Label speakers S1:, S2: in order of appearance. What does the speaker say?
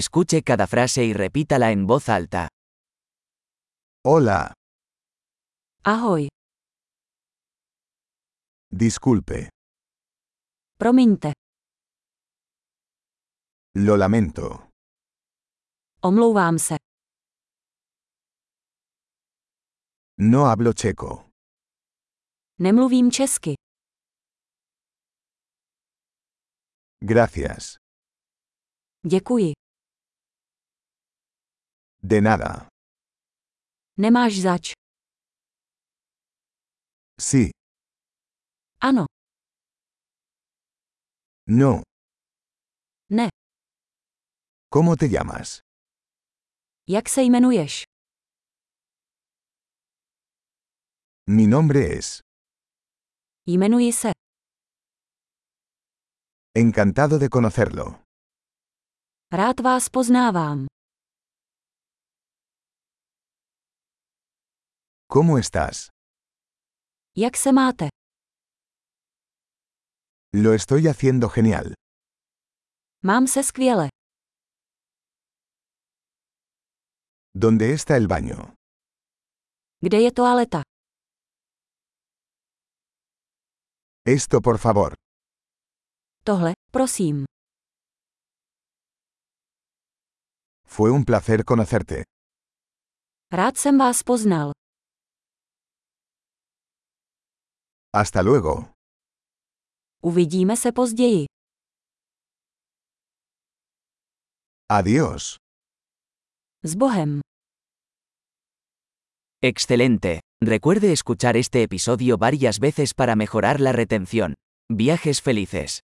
S1: Escuche cada frase y repítala en voz alta.
S2: Hola,
S3: Ahoj,
S2: disculpe,
S3: promiňte,
S2: lo lamento,
S3: omlouvám se,
S2: no hablo checo,
S3: nemluvím česky,
S2: gracias,
S3: děkuji,
S2: de nada,
S3: nemáš zač,
S2: sí,
S3: ano,
S2: no,
S3: ne,
S2: ¿cómo te llamas?
S3: jak se jmenuješ?
S2: Mi nombre es,
S3: Jmenuji se,
S2: encantado de conocerlo,
S3: rád vás poznávám,
S2: ¿cómo estás?
S3: jak se máte?
S2: Lo estoy haciendo genial,
S3: Mám se skvěle,
S2: ¿dónde está el baño?
S3: kde je toaleta?
S2: Esto por favor,
S3: Tohle, prosím,
S2: fue un placer conocerte,
S3: rád jsem vás poznal,
S2: hasta luego,
S3: uvidíme se později,
S2: adiós.
S3: s Bohem.
S1: Excelente. Recuerde escuchar este episodio varias veces para mejorar la retención. Viajes felices.